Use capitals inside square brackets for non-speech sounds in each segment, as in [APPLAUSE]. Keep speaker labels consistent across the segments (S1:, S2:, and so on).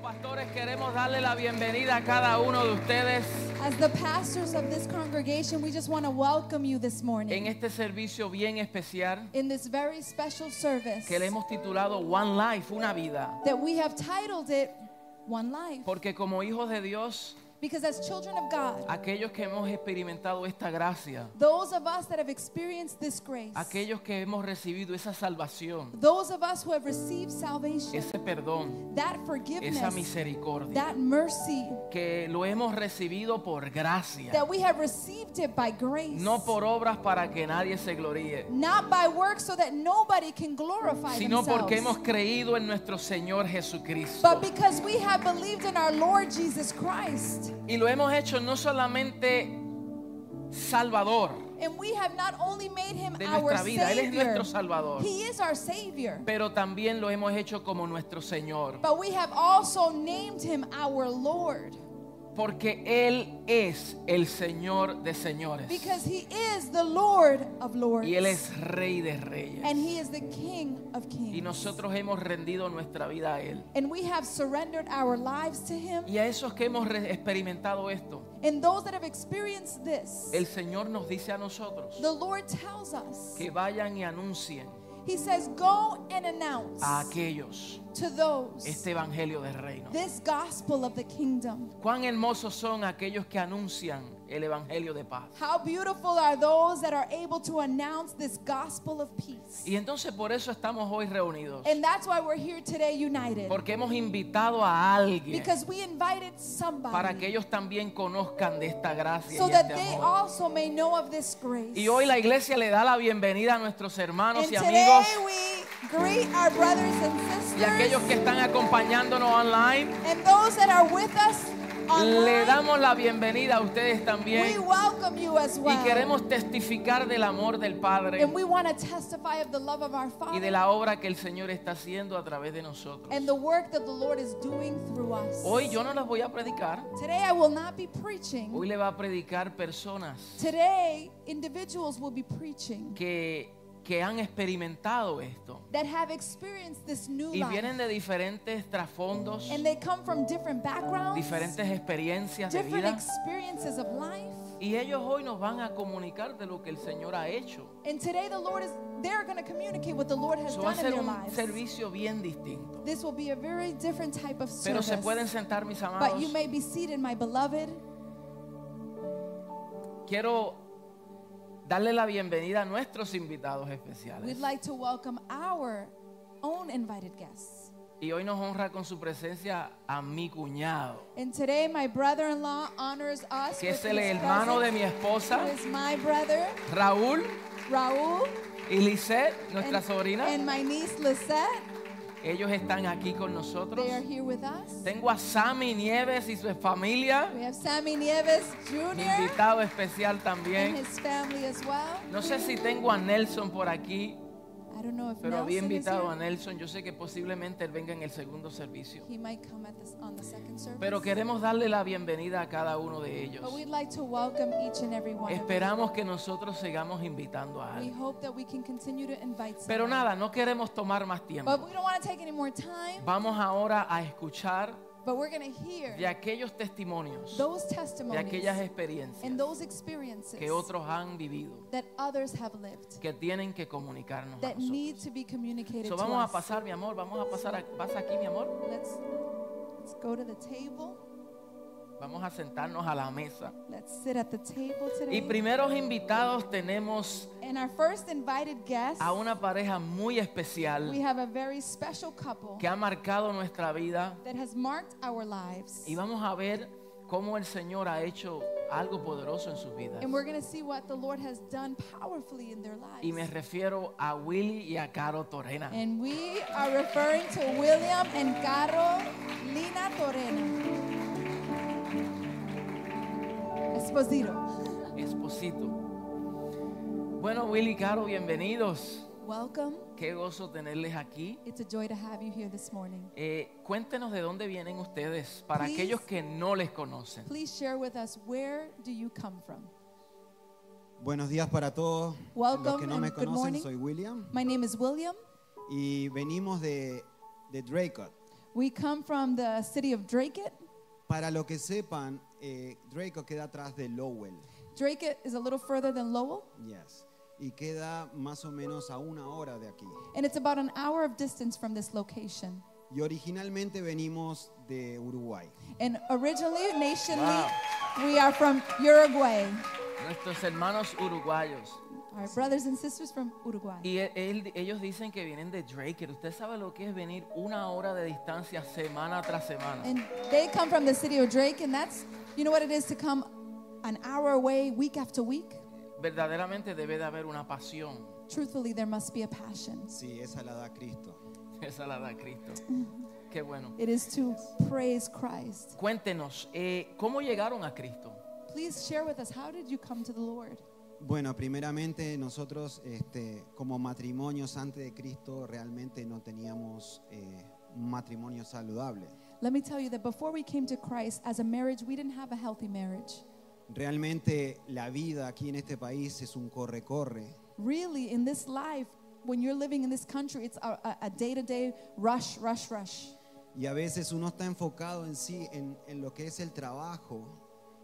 S1: pastores queremos darle la bienvenida a cada uno de ustedes
S2: As the pastors of this congregation, we just want to welcome you this
S1: en
S2: morning
S1: este servicio bien especial
S2: in this very special service
S1: que le hemos titulado One Life, una vida.
S2: that we have titled it One Life.
S1: Porque como hijos de Dios,
S2: Because as children of God,
S1: aquellos que hemos experimentado esta gracia,
S2: those of us that have experienced this grace,
S1: aquellos que hemos recibido esa salvación,
S2: those of us who have received salvation,
S1: ese perdón,
S2: that
S1: esa
S2: forgiveness,
S1: misericordia,
S2: that mercy,
S1: que lo hemos recibido por gracia,
S2: that we have received it by grace,
S1: no por obras para que nadie se gloríe,
S2: not by works so that nobody can glorify
S1: sino porque hemos
S2: themselves,
S1: creído en nuestro Señor Jesucristo.
S2: but because we have believed in our Lord Jesus Christ.
S1: Y lo hemos hecho no solamente Salvador,
S2: And we have not only made him
S1: De
S2: our
S1: nuestra vida. Él es
S2: savior,
S1: nuestro Salvador.
S2: he is our savior,
S1: pero también lo hemos hecho como nuestro Señor.
S2: but we have also named him our Lord
S1: Porque Él es el Señor de
S2: because
S1: señores.
S2: he is the Lord of lords
S1: Y Él es Rey de reyes.
S2: and he is the King of kings.
S1: Y nosotros hemos rendido nuestra vida a Él.
S2: and we have surrendered our lives to him.
S1: Y a esos que hemos re- experimentado esto,
S2: And those that have experienced this,
S1: el Señor nos dice a nosotros
S2: the Lord tells us,
S1: que vayan y anuncien
S2: he says, go and announce
S1: a aquellos
S2: to those
S1: Ah, este Evangelio del Reino.
S2: this gospel of the kingdom.
S1: Cuán hermosos son aquellos que anuncian el Evangelio de paz.
S2: How beautiful are those that are able to announce this gospel of peace.
S1: Y entonces por eso estamos hoy reunidos.
S2: And that's why we're here today united.
S1: Porque hemos invitado a alguien
S2: Because we
S1: para
S2: invited
S1: que
S2: somebody
S1: ellos también conozcan de esta gracia
S2: so
S1: y
S2: that
S1: este
S2: they
S1: amor.
S2: also may know of this grace.
S1: Y hoy la iglesia le da la bienvenida a nuestros hermanos
S2: and
S1: y amigos
S2: today we greet our brothers and
S1: y a aquellos
S2: sisters
S1: que están acompañándonos online.
S2: and those that are with us
S1: Le
S2: online.
S1: damos la bienvenida a ustedes
S2: We
S1: también
S2: welcome you as
S1: y
S2: well.
S1: queremos testificar del amor del Padre
S2: And we want to testify of the love of our
S1: y de
S2: Father
S1: la obra que el Señor está haciendo a través de nosotros.
S2: and the work that the Lord is doing through us.
S1: Hoy yo no les voy a predicar,
S2: Today I will not be preaching.
S1: hoy le va a predicar personas
S2: Today, individuals will be preaching
S1: que, que han experimentado esto
S2: that have experienced this new
S1: y
S2: life.
S1: vienen de diferentes trasfondos,
S2: And they come from different backgrounds,
S1: diferentes experiencias de
S2: different
S1: vida
S2: experiences of life.
S1: y ellos hoy nos van a comunicar de lo que el Señor ha hecho.
S2: And today, the Lord is, they're going to communicate what the Lord has
S1: Eso va a
S2: done
S1: ser
S2: in their
S1: un
S2: lives.
S1: servicio bien distinto.
S2: This will be a very different type of
S1: Pero
S2: service.
S1: se pueden sentar mis
S2: but
S1: amados.
S2: you may be seated, my beloved.
S1: Quiero darle la bienvenida a nuestros invitados especiales.
S2: We'd like to welcome our own invited guests.
S1: Y hoy nos honra con su presencia a mi cuñado,
S2: And today, my brother in law honors us.
S1: que
S2: with
S1: es el
S2: his
S1: hermano de
S2: presence,
S1: mi esposa,
S2: who is my brother,
S1: Raúl
S2: Raul.
S1: y Lisette, nuestra
S2: and,
S1: sobrina.
S2: and my niece Lisette,
S1: Ellos están aquí con nosotros.
S2: they are here with us.
S1: Tengo a Sammy Nieves y su familia,
S2: We have Sammy Nieves
S1: mi
S2: Jr.
S1: invitado especial
S2: and
S1: también.
S2: his family as well.
S1: No sé si tengo a Nelson por aquí,
S2: I don't know if
S1: pero había
S2: Nelson is
S1: invitado ¿eh? a
S2: here.
S1: Nelson. Yo sé que posiblemente él venga en el segundo servicio.
S2: He might come at this on the second service.
S1: Pero queremos darle la bienvenida a cada uno de
S2: but
S1: ellos.
S2: we'd like to welcome each and every one
S1: Esperamos que nosotros sigamos invitando a
S2: of you. We
S1: alguien.
S2: hope that we can continue to invite
S1: Pero
S2: someone.
S1: nada, no queremos tomar más tiempo.
S2: But we don't want to take any more time.
S1: Vamos ahora a escuchar
S2: But we're going to hear
S1: de aquellos testimonios,
S2: those
S1: de aquellas
S2: testimonies
S1: experiencias
S2: and those experiences
S1: que otros han vivido,
S2: that others have lived
S1: que tienen que comunicarnos. A
S2: that
S1: nosotros.
S2: need to be communicated
S1: So,
S2: to
S1: vamos a
S2: us.
S1: pasar, mi amor, vamos a pasar, a- pasa aquí, mi amor.
S2: Let's, let's go to the table.
S1: Vamos a sentarnos a la mesa.
S2: Let's sit at the table
S1: Y
S2: today.
S1: primeros invitados tenemos
S2: And our first invited guest,
S1: a una pareja muy
S2: we
S1: especial
S2: have a very special couple
S1: que ha marcado nuestra vida
S2: that has marked our lives.
S1: y vamos a ver cómo el Señor ha hecho algo poderoso en sus vidas.
S2: And we're going to see what the Lord has done powerfully in their
S1: Y me
S2: lives.
S1: refiero a Willy y a Caro Torena.
S2: And we are referring to William and Caro Lina Torena. Esposito.
S1: Esposito. Bueno, Willy y Caro, bienvenidos.
S2: Welcome.
S1: Qué gozo tenerles aquí.
S2: It's a joy to have you here this morning.
S1: Eh, cuéntenos de dónde vienen ustedes para
S2: Please.
S1: aquellos que no les conocen.
S2: Please share with us where do you come from?
S3: Buenos días para todos.
S2: Welcome
S3: Los que no
S2: and
S3: me
S2: good
S3: conocen,
S2: morning.
S3: soy William
S2: My name is William.
S3: y venimos de, de Draycott.
S2: We come from the city of Dracut.
S3: Para lo que sepan, eh, Draco queda atrás de Lowell.
S2: Dracut is a little further than Lowell,
S3: Yes. Y queda más o menos a una hora de aquí.
S2: and it's about an hour of distance from this location.
S3: Y originalmente venimos de Uruguay.
S2: And originally, nationally, we are from Uruguay.
S1: Nuestros hermanos uruguayos.
S2: Our brothers and sisters from Uruguay.
S1: Y e- él- ellos dicen que vienen de Draker. Usted sabe lo que es venir una hora de distancia semana tras semana.
S2: And they come from the city of Drake, and that's, you know what it is to come an hour away week after week?
S1: Verdaderamente debe de haber una pasión. [LAUGHS]
S2: Truthfully, there must be a passion.
S3: Sí, esa la da Cristo.
S1: Esa la da Cristo. Qué bueno.
S2: It is to praise Christ.
S1: Cuéntenos, eh, ¿cómo llegaron a Cristo?
S2: Please share with us how did you come to the Lord?
S3: Bueno, primeramente nosotros este, como matrimonios antes de Cristo realmente no teníamos eh, un matrimonio saludable.
S2: Let me tell you that before we came to Christ as a marriage, we didn't have a healthy marriage.
S3: Realmente la vida aquí en este país es un corre-corre.
S2: Really, in this life, when you're living in this country, it's a- a- a day to day rush, rush, rush.
S3: Y a veces uno está enfocado en sí, en, en lo que es el trabajo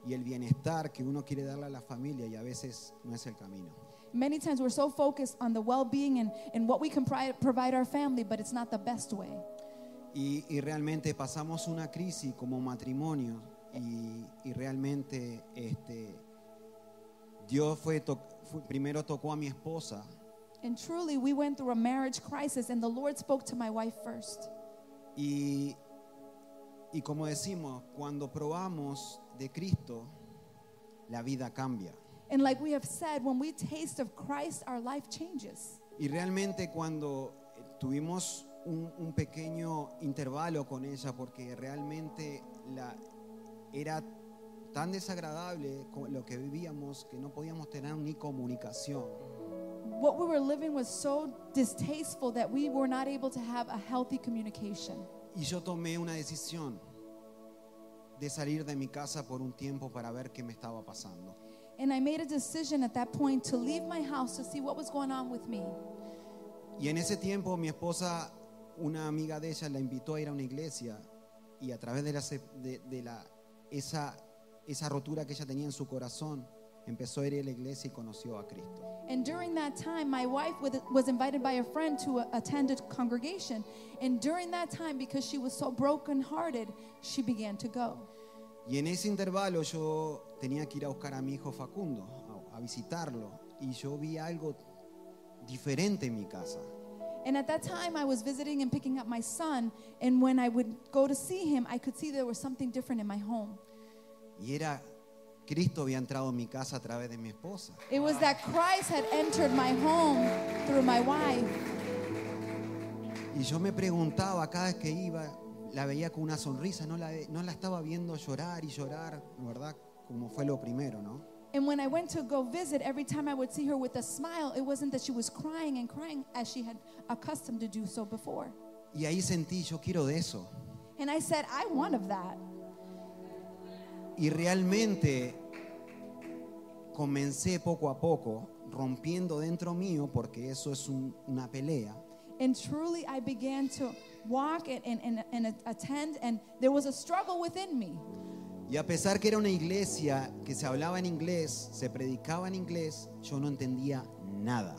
S3: y el bienestar que uno quiere darle a la familia y a veces no es el camino.
S2: Many times we're so focused on the well being and, and what we can pri- provide our family, but it's not the best way.
S3: Y, y realmente pasamos una crisis como matrimonio y, y realmente este, Dios fue, to- fue- primero tocó a mi esposa
S2: And truly, we went through a marriage crisis, and the Lord spoke to my wife first.
S3: y, y como decimos, cuando probamos de Cristo, la vida cambia.
S2: And like we have said, when we taste of Christ, our life changes.
S3: Y realmente cuando eh, tuvimos un, un pequeño intervalo con ella, porque realmente la, era tan desagradable co- lo que vivíamos que no podíamos tener ni comunicación.
S2: What we were living was so distasteful that we were not able to have a healthy communication.
S3: Y yo tomé una decisión de salir de mi casa por un tiempo para ver qué me estaba pasando.
S2: And I made a decision at that point to leave my house to see what was going on with me.
S3: Y en ese tiempo mi esposa, una amiga de ella, la invitó a ir a una iglesia y a través de, la, se- de- de la- esa, esa rotura que ella tenía en su corazón, empezó a ir a la iglesia y conoció a Cristo.
S2: And during that time, my wife with- was invited by a friend to a- attend a congregation. And during that time, because she was so brokenhearted, she began to go.
S3: Y en ese intervalo yo tenía que ir a buscar a mi hijo Facundo, a, a visitarlo, y yo vi algo diferente en mi casa.
S2: And at that time, I was visiting and picking up my son. And when I would go to see him, I could see there was something different in my home.
S3: Y era, Cristo había entrado en mi casa a través de mi esposa.
S2: It was that Christ had entered my home through my wife.
S3: Y yo me preguntaba cada vez que iba, la veía con una sonrisa, no la, no la estaba viendo llorar y llorar, ¿verdad? Como fue lo primero, ¿no?
S2: And when I went to go visit, every time I would see her with a smile, it wasn't that she was crying and crying as she had accustomed to do so before.
S3: Y ahí sentí, yo quiero de eso.
S2: And I said, I want of that.
S3: Y realmente comencé poco a poco rompiendo dentro mío, porque eso es un- una pelea,
S2: And truly, I began to walk and, and, and, and attend, and there was a struggle within me.
S3: Y a pesar que era una iglesia que se hablaba en inglés, se predicaba en inglés, yo no entendía nada.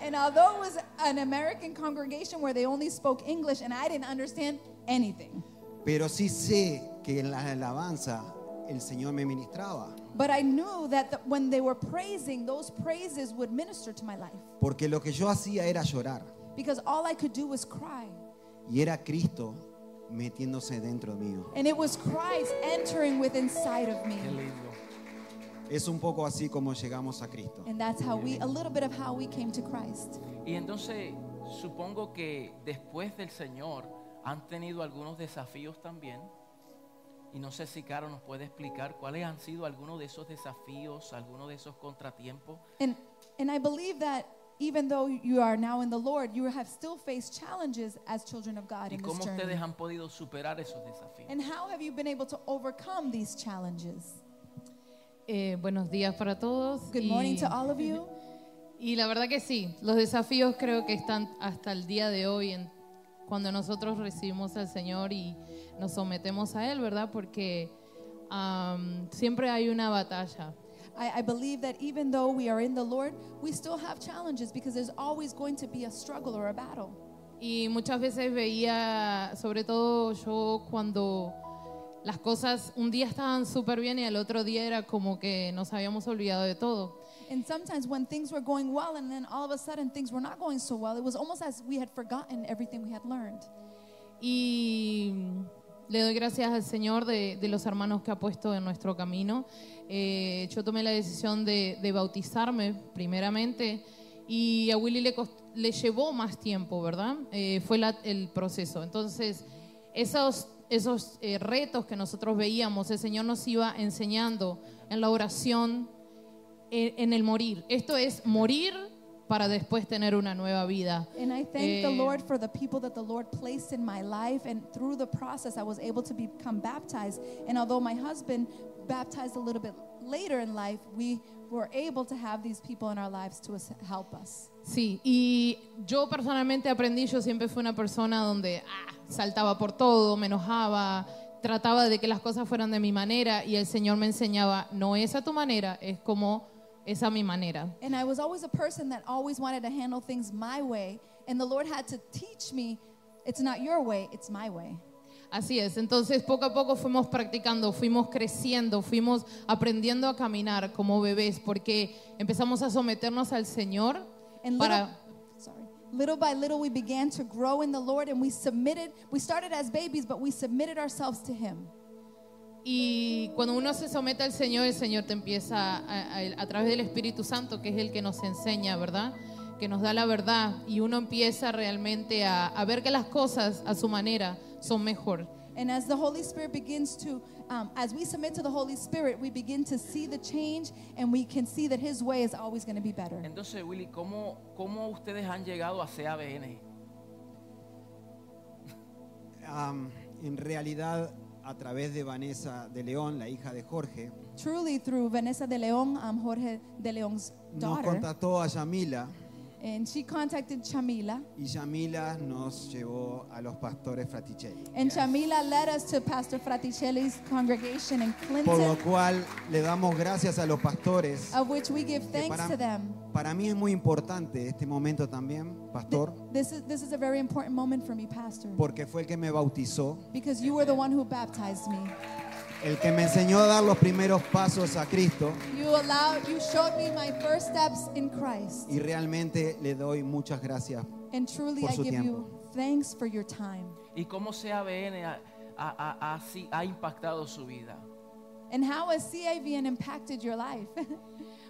S2: And although it was an American congregation where they only spoke English and I didn't understand anything,
S3: Pero sí sé que en la alabanza el Señor me ministraba,
S2: but I knew that the, when they were praising, those praises would minister to my life
S3: porque lo que yo hacía era llorar
S2: because all I could do was cry.
S3: y era Cristo metiéndose dentro mío.
S2: And it was Christ entering with inside of me.
S1: Qué lindo.
S3: Es un poco así como llegamos a Cristo.
S2: And that's how we, a little bit of how we came to Christ.
S1: Y entonces supongo que después del Señor han tenido algunos desafíos también. Y no sé si Caro nos puede explicar cuáles han sido algunos de esos desafíos, algunos de esos contratiempos.
S2: And, and I believe that even though you are now in the Lord, you have still faced challenges as children of God
S1: Y
S2: in this
S1: cómo ustedes
S2: journey.
S1: han podido superar esos desafíos.
S2: And how have you been able to overcome these challenges?
S4: Eh, buenos días para todos.
S2: Good
S4: y,
S2: morning to all of you.
S4: y la verdad que sí, los desafíos creo que están hasta el día de hoy en cuando nosotros recibimos al Señor y nos sometemos a Él, ¿verdad? Porque am, siempre hay una batalla.
S2: I, I believe that even though we are in the Lord, we still have challenges because there's always going to be a struggle or a battle.
S4: Y muchas veces veía, sobre todo yo cuando las cosas un día estaban súper bien y al otro día era como que nos habíamos olvidado de todo.
S2: And sometimes when things were going well and then all of a sudden things were not going so well, it was almost as we had forgotten everything we had learned.
S4: Y le doy gracias al Señor de, de los hermanos que ha puesto en nuestro camino. Eh, yo tomé la decisión de, de bautizarme primeramente y a Willy le, cost- le llevó más tiempo, ¿verdad? Eh, fue la- el proceso. Entonces, esos, esos eh, retos que nosotros veíamos, el Señor nos iba enseñando en la oración, en, en el morir. Esto es morir para después tener una nueva vida.
S2: And I thank the
S4: Eh,
S2: Lord for the people that the Lord placed in my life. And through the process, I was able to become baptized. And although my husband baptized a little bit later in life, we were able to have these people in our lives to as- help us.
S4: Sí, y yo personalmente aprendí, yo siempre fui una persona donde ah, saltaba por todo, me enojaba, trataba de que las cosas fueran de mi manera y el Señor me enseñaba, no es a tu manera, es como es a mi manera.
S2: And I was always a person that always wanted to handle things my way. And the Lord had to teach me it's not your way, it's my way.
S4: Así es, entonces poco a poco fuimos practicando, fuimos creciendo, fuimos aprendiendo a caminar como bebés porque empezamos a someternos al Señor
S2: And little,
S4: para...
S2: sorry, little by little, we began to grow in the Lord and we submitted. We started as babies, but we submitted ourselves to Him.
S4: Y cuando uno se somete al Señor, el Señor te empieza a, a- a través del Espíritu Santo, que es el que nos enseña, ¿verdad? Que nos da la verdad. Y uno empieza realmente a, a ver que las cosas a su manera son mejor.
S2: And as the Holy Spirit begins to, um, as we submit to the Holy Spirit, we begin to see the change and we can see that His way is always going to be better.
S1: Entonces, Willy, ¿cómo, ¿cómo ustedes han llegado a CABN?
S3: Am, en realidad, a través de Vanessa de León, la hija de Jorge,
S2: Truly, through Vanessa de Leon, um, Jorge de Leon's
S3: nos
S2: daughter,
S3: contactó a Yamila
S2: and she contacted Chamila.
S3: y Yamila nos llevó a los pastores Fraticelli.
S2: And Chamila led us to Pastor Fraticelli's congregation in
S3: Por lo
S2: Clinton,
S3: cual le damos gracias a los pastores.
S2: of which we give
S3: que
S2: thanks to
S3: para,
S2: them.
S3: para mí es muy importante este momento también,
S2: Th-
S3: pastor,
S2: This is, this is a very important moment for me, Pastor,
S3: porque fue el que me bautizó,
S2: because you were the one who baptized me.
S3: el que me enseñó a dar los primeros pasos a Cristo
S2: You allowed, you showed me my first steps in Christ.
S3: y realmente le doy muchas gracias.
S2: And truly,
S3: por
S2: I
S3: su
S2: give you
S3: tiempo.
S2: thanks for your time
S1: ¿Y cómo CABN ha, ha- ha- ha- sí, ha impactado su
S2: [LAUGHS]
S1: vida?
S2: and how has CAVN impacted your life. [LAUGHS]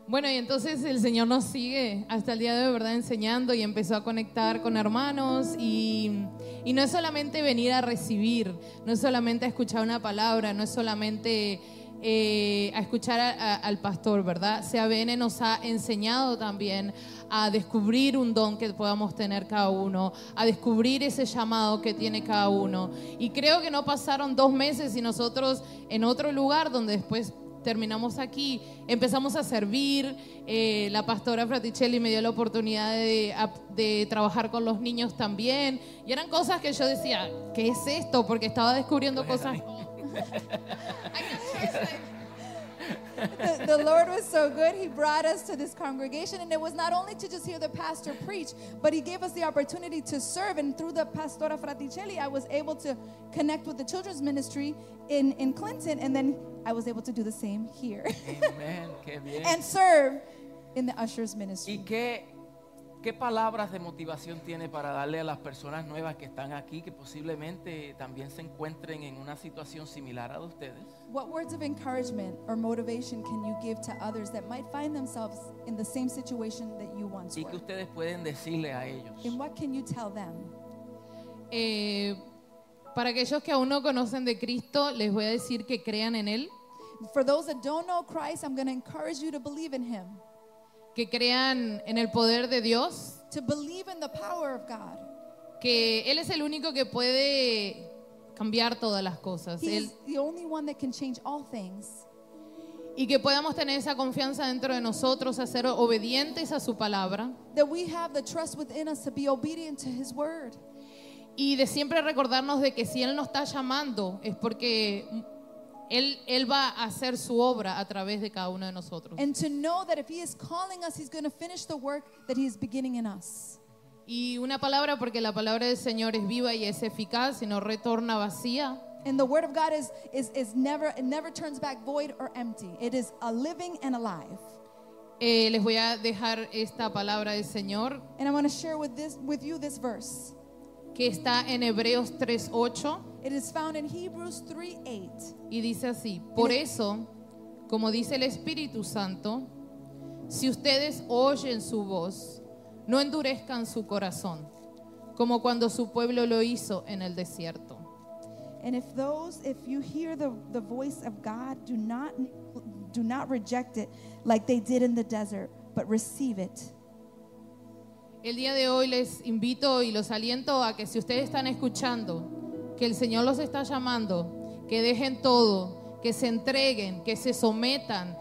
S4: Bueno, y entonces el Señor nos sigue hasta el día de hoy, ¿verdad? Enseñando y empezó a conectar con hermanos y, y no es solamente venir a recibir, no es solamente a escuchar una palabra, no es solamente eh, a escuchar a- a- al pastor, ¿verdad? CABN nos ha enseñado también a descubrir un don que podamos tener cada uno, a descubrir ese llamado que tiene cada uno. Y creo que no pasaron dos meses y nosotros en otro lugar donde después terminamos aquí, empezamos a servir, eh, la pastora Fraticelli me dio la oportunidad de, ap- de trabajar con los niños también, y eran cosas que yo decía, ¿qué es esto? Porque estaba descubriendo
S1: Go ahead,
S4: cosas... I can translate.
S2: the, the Lord was so good. He brought us to this congregation, and it was not only to just hear the pastor preach, but He gave us the opportunity to serve. And through the Pastora Fraticelli, I was able to connect with the children's ministry in, in Clinton, and then I was able to do the same here [LAUGHS]
S1: Amén, qué bien.
S2: and serve in the ushers' ministry.
S1: ¿Y qué, qué palabras de motivación tiene para darle a las personas nuevas que están aquí, que posiblemente también se encuentren en una situación similar a la de ustedes?
S2: What words of encouragement or motivation can you give to others that might find themselves in the same situation that you once
S1: ¿Y qué
S2: were?
S1: ustedes pueden decirle a ellos?
S2: And what can you tell them?
S4: Eh, para aquellos que aún no conocen de Cristo, les voy a decir que crean en Él,
S2: For those that don't know Christ, I'm going to encourage you to believe in Him,
S4: que crean en el poder de Dios,
S2: to believe in the power of God.
S4: que Él es el único que puede cambiar todas las cosas.
S2: He
S4: Él,
S2: is the only one that can change all things.
S4: y que podamos tener esa confianza dentro de nosotros, a ser obedientes a su palabra
S2: That we have the trust within us to be obedient to His word.
S4: Y de siempre recordarnos de que si Él nos está llamando es porque Él, Él va a hacer su obra a través de cada uno de nosotros.
S2: And to know that if He is calling us, He's going to finish the work that He is beginning in us.
S4: Y una palabra, porque la palabra del Señor es viva y es eficaz y no retorna vacía.
S2: And the Word of God is, is, is never, it never turns back void or empty. It is a living and alive.
S4: Eh, les voy a dejar esta palabra del Señor
S2: And I want to share with, this, with you this verse.
S4: que está en Hebreos 3.8.
S2: It is found in Hebrews 3 8.
S4: Y dice así, por eso, como dice el Espíritu Santo, si ustedes oyen su voz, no endurezcan su corazón, como cuando su pueblo lo hizo en el desierto.
S2: And if those, if you hear the, the voice of God, do not, do not reject it like they did in the desert, but receive it.
S4: El día de hoy les invito y los aliento a que si ustedes están escuchando, que el Señor los está llamando, que dejen todo, que se entreguen, que se sometan.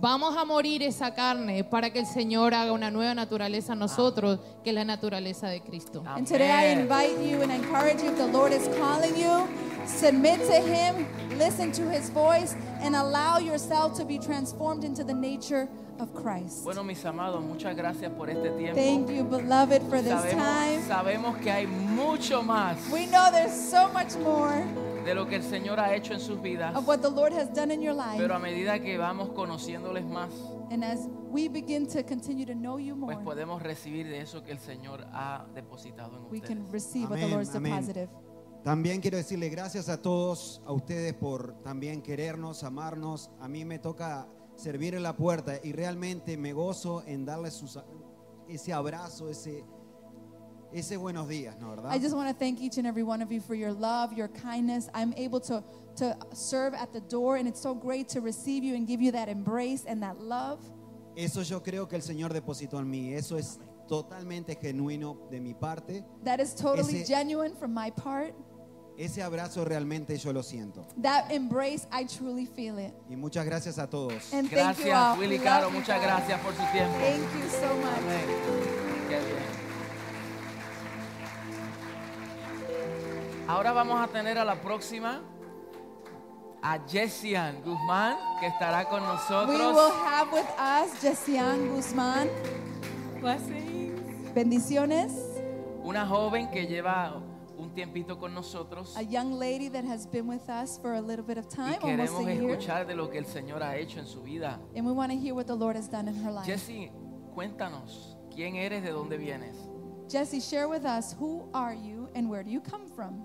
S4: Vamos a morir esa carne para que el Señor haga una nueva naturaleza en nosotros, que es la naturaleza de Cristo.
S2: And today I
S1: Amén.
S2: invite you and encourage you if the Lord is calling you, submit to Him, listen to His voice, and allow yourself to be transformed into the nature of Christ.
S1: Bueno, mis amados, muchas gracias por este tiempo.
S2: Thank you, beloved, for this
S1: Sabemos,
S2: time.
S1: sabemos que hay mucho más
S2: We know there's so much more
S1: de lo que el Señor ha hecho en sus vidas,
S2: of what the Lord has done in your
S1: pero a
S2: life.
S1: medida que vamos conociéndoles más,
S2: And as we begin to continue to know you
S1: pues
S2: more,
S1: podemos recibir de eso que el Señor ha depositado en
S2: we
S1: ustedes.
S2: can receive what the
S3: Amén,
S2: Lord's
S3: amén.
S2: deposited.
S3: También quiero decirle gracias a todos, a ustedes por también querernos, amarnos. A mí me toca servir en la puerta y realmente me gozo en darles sus- ese abrazo, ese, ese buenos días, ¿no? ¿Verdad?
S2: I just want to thank each and every one of you for your love, your kindness. I'm able to, to serve at the door, and it's so great to receive you and give you that embrace and that love.
S3: Eso yo creo que el Señor depositó en mí. Eso es totalmente genuino de mi parte.
S2: That is totally
S3: Ese-
S2: genuine from my part.
S3: Ese abrazo realmente yo lo siento.
S2: That embrace, I truly feel it.
S3: Y muchas gracias a todos.
S2: And thank you all.
S1: Gracias,
S2: We
S1: Willy
S2: love
S1: Caro,
S2: you
S1: muchas
S2: guys.
S1: gracias por su tiempo.
S2: Thank you so much.
S1: Amén. Qué bien. Ahora vamos a tener a la próxima a Jessian Guzmán que estará con
S2: We will
S1: nosotros.
S2: have with us Jessian Guzman.
S5: Blessings.
S2: Bendiciones.
S1: Una joven que lleva un tiempito con nosotros
S2: A young lady that has been with us for a little bit of
S1: y
S2: time, almost
S1: queremos
S2: a year.
S1: escuchar de lo que el Señor ha hecho en su vida.
S2: And we want to hear what the Lord has done in her life.
S1: Jessie, cuéntanos quién eres, de dónde vienes.
S2: Jesse, share with us who are you and where do you come from?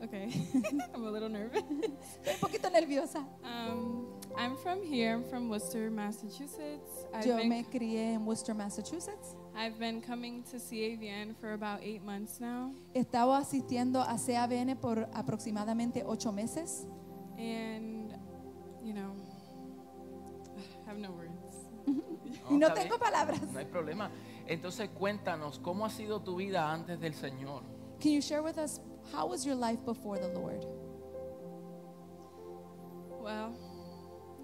S5: Okay, [LAUGHS] I'm a little nervous.
S2: Estoy un poquito nerviosa.
S5: Um, I'm from here. I'm from Worcester, Massachusetts. I've
S2: Yo
S5: been,
S2: me crié en Worcester, Massachusetts.
S5: I've been coming to CAVN for about eight months now,
S2: Estaba asistiendo a CABN por aproximadamente ocho meses.
S5: and you know, [SIGHS] I have no words.
S2: Y no
S1: Oh, está bien.
S2: tengo palabras.
S1: No hay problema. Entonces cuéntanos cómo ha sido tu vida antes del Señor.
S2: Can you share with us how was your life before the Lord?
S5: Well,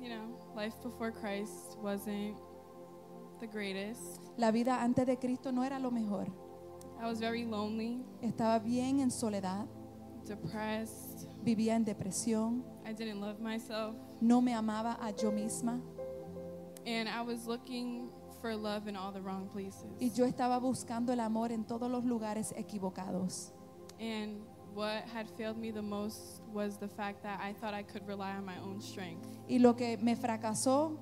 S5: you know, life before Christ wasn't the greatest.
S2: La vida antes de Cristo no era lo mejor.
S5: I was very lonely,
S2: Estaba bien en soledad,
S5: depressed.
S2: vivía en depresión,
S5: I didn't love myself,
S2: no me amaba a yo misma
S5: and I was looking for love in all the wrong places.
S2: y yo estaba buscando el amor en todos los lugares equivocados.
S5: And what had failed me the most was the fact that I thought I could rely on my own strength.
S2: Y lo que me fracasó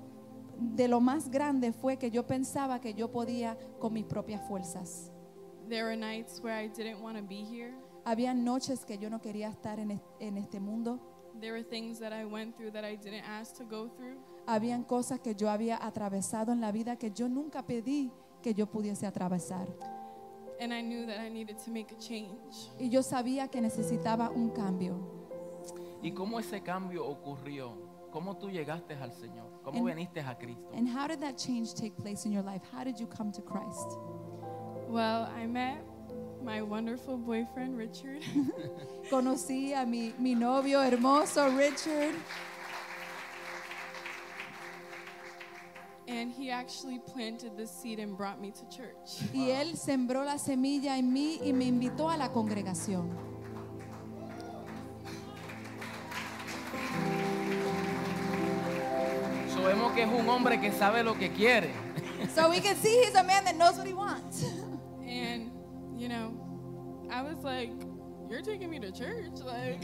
S2: de lo más grande fue que yo pensaba que yo podía con mis propias fuerzas.
S5: There were nights where I didn't want to be here.
S2: Había noches que yo no quería estar en, es- en este mundo.
S5: There were things that I went through that I didn't ask to go through.
S2: Habían cosas que yo había atravesado en la vida que yo nunca pedí que yo pudiese atravesar.
S5: And I knew that I needed to make a change.
S2: Y yo sabía que necesitaba un cambio.
S1: ¿Y cómo ese cambio ocurrió? ¿Cómo tú llegaste al Señor? ¿Cómo
S2: En-
S1: viniste a Cristo?
S2: And how did that change take place in your life? How did you come to Christ?
S5: Well, I met my wonderful boyfriend, Richard. [LAUGHS]
S2: Conocí a mi, mi novio hermoso Richard
S5: And he actually planted the seed and brought me to church.
S2: Y él sembró la semilla en mí y me invitó a la congregación.
S1: So, vemos que es un hombre que sabe lo que quiere.
S2: So we can see he's a man that knows what he wants. [LAUGHS]
S5: And, you know, I was like, You're taking me to church? Like,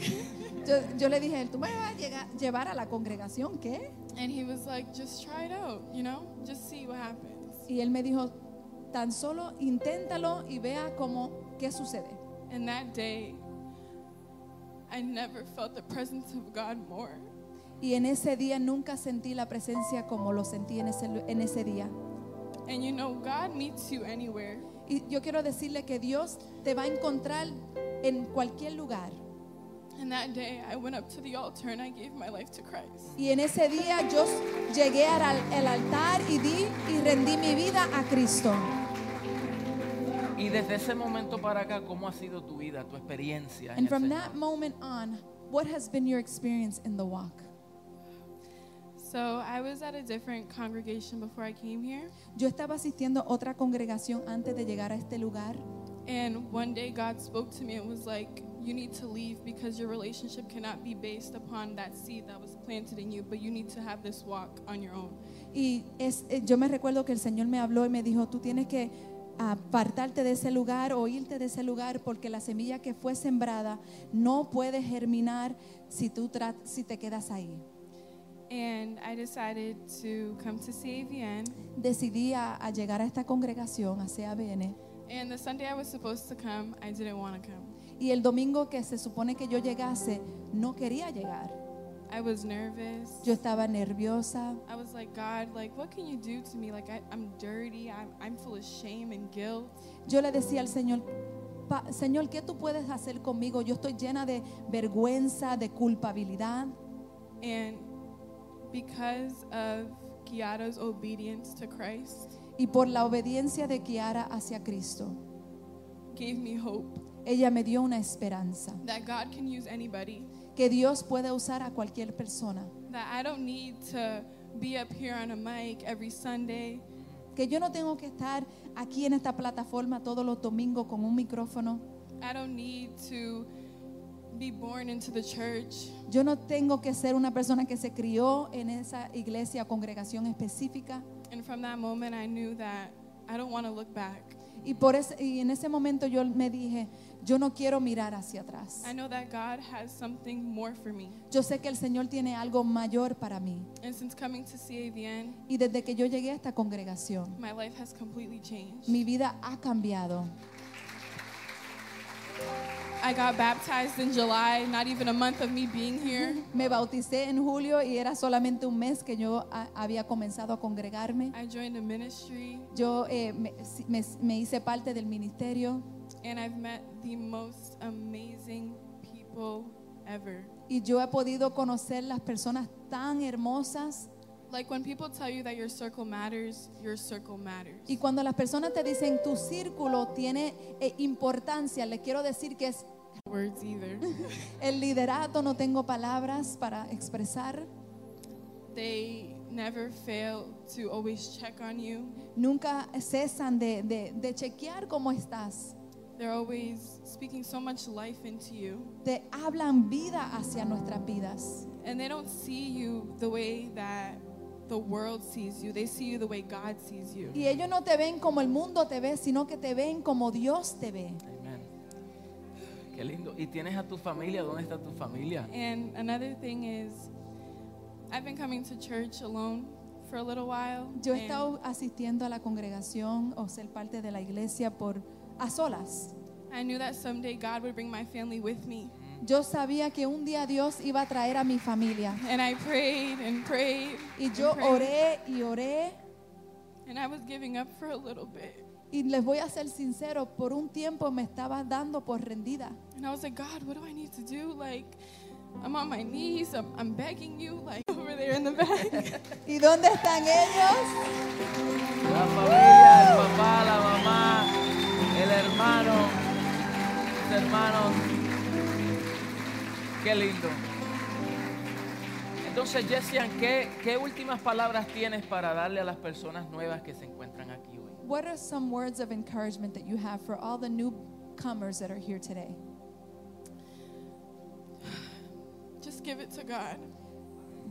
S5: [LAUGHS]
S2: Yo, yo le dije, a él, ¿tú me vas a llegar- llevar a la congregación qué?
S5: and he was like, Just try it out, you know? Just see what happens.
S2: Y él me dijo, tan solo inténtalo y vea cómo, qué sucede.
S5: And that day, I never felt the presence of God more.
S2: Y en ese día nunca sentí la presencia como lo sentí en ese, lu- en ese día.
S5: And, you know, God meets you anywhere.
S2: Y yo quiero decirle que Dios te va a encontrar en cualquier lugar.
S5: And that day, I went up to the altar and I gave my life to Christ.
S2: Y en ese día yo llegué al al al altar y di y rendí mi vida a Cristo.
S1: Y desde ese momento para acá, ¿cómo ha sido tu vida, tu experiencia? en
S2: And
S1: el
S2: from
S1: Señor?
S2: that moment on, what has been your experience in the walk?
S5: So I was at a different congregation before I came here.
S2: Yo estaba asistiendo a otra congregación antes de llegar a este lugar
S5: And one day God spoke to me and was like, You need to leave because your relationship cannot be based upon that seed that was planted in you, but you need to have this walk on your own.
S2: y es, eh, yo me recuerdo que el Señor me habló y me dijo, tú tienes que apartarte de ese lugar o irte de ese lugar porque la semilla que fue sembrada no puede germinar si tú tra- si te quedas ahí.
S5: And I decided to come to CAVN.
S2: Decidí a, a llegar a esta congregación, a CABN,
S5: And the Sunday I was supposed to come, I didn't want to come.
S2: y el domingo que se supone que yo llegase, no quería llegar.
S5: I was nervous.
S2: Yo estaba nerviosa,
S5: I was like, God, like, what can you do to me? Like, I, I'm dirty. I'm, I'm full of shame and guilt.
S2: Yo le decía al Señor, "Pa- Señor, ¿qué tú puedes hacer conmigo? Yo estoy llena de vergüenza, de culpabilidad.
S5: And because of Kiara's obedience to Christ,
S2: Y por la obediencia de Kiara hacia Cristo,
S5: gave me hope
S2: ella me dio una esperanza,
S5: that God can use anybody.
S2: que Dios puede usar a cualquier persona,
S5: That I don't need to be up here on a mic every Sunday
S2: que yo no tengo que estar aquí en esta plataforma todos los domingos con un micrófono.
S5: I don't need to be born into the church.
S2: Yo no tengo que ser una persona que se crió en esa iglesia o congregación específica.
S5: And from that moment, I knew that I don't want to look back.
S2: Y, por ese- y en ese momento yo me dije, yo no quiero mirar hacia atrás.
S5: I know that God has something more for me.
S2: Yo sé que el Señor tiene algo mayor para mí.
S5: And since coming to CAVN,
S2: Y desde que yo llegué a esta congregación,
S5: my life has completely changed.
S2: mi vida ha cambiado.
S5: I got baptized in July, not even a month of me being here.
S2: Me bauticé en julio y era solamente un mes que yo a- había comenzado a congregarme.
S5: I joined a ministry
S2: Yo eh, me, si- me- me hice parte del ministerio
S5: and I've met the most amazing people ever.
S2: y yo he podido conocer las personas tan hermosas.
S5: Like when people tell you that your circle matters, your circle matters.
S2: Y cuando las personas te dicen tu círculo tiene eh, importancia, les quiero decir que es
S5: Words either.
S2: el liderato, no tengo palabras para expresar.
S5: they never fail to always check on you.
S2: Nunca cesan de, de- de chequear cómo estás.
S5: They're always speaking so much life into you.
S2: Te hablan vida hacia nuestras vidas.
S5: And they don't see you the way that the world sees you. They see you the way God sees you.
S2: Y ellos no te ven como el mundo te ve, sino que te ven como Dios te ve.
S1: Amén. Qué lindo. ¿Y tienes a tu familia? ¿Dónde está tu familia?
S5: And another thing is, I've been coming to church alone for a little while.
S2: Yo he
S5: and
S2: estado asistiendo a la congregación o ser parte de la iglesia por a solas.
S5: I knew that someday God would bring my family with me.
S2: Yo sabía que un día Dios iba a traer a mi familia.
S5: And I prayed and prayed.
S2: Y
S5: and
S2: yo
S5: prayed.
S2: oré y oré.
S5: And I was giving up for a little bit.
S2: Y les voy a ser sincero, por un tiempo me estaba dando por rendida.
S5: And I was like, God, what do I need to do? Like, I'm on my knees. I'm, I'm begging you, like, [LAUGHS] over there in the back.
S2: ¿Y dónde están ellos?
S1: La familia, el papá, la mamá, el hermano, los hermanos. Qué lindo. Entonces, Jessian, ¿qué, ¿qué últimas palabras tienes para darle a las personas nuevas que se encuentran aquí hoy?
S2: What are some words of encouragement that you have for all the newcomers that are here today?
S5: Just give it to God.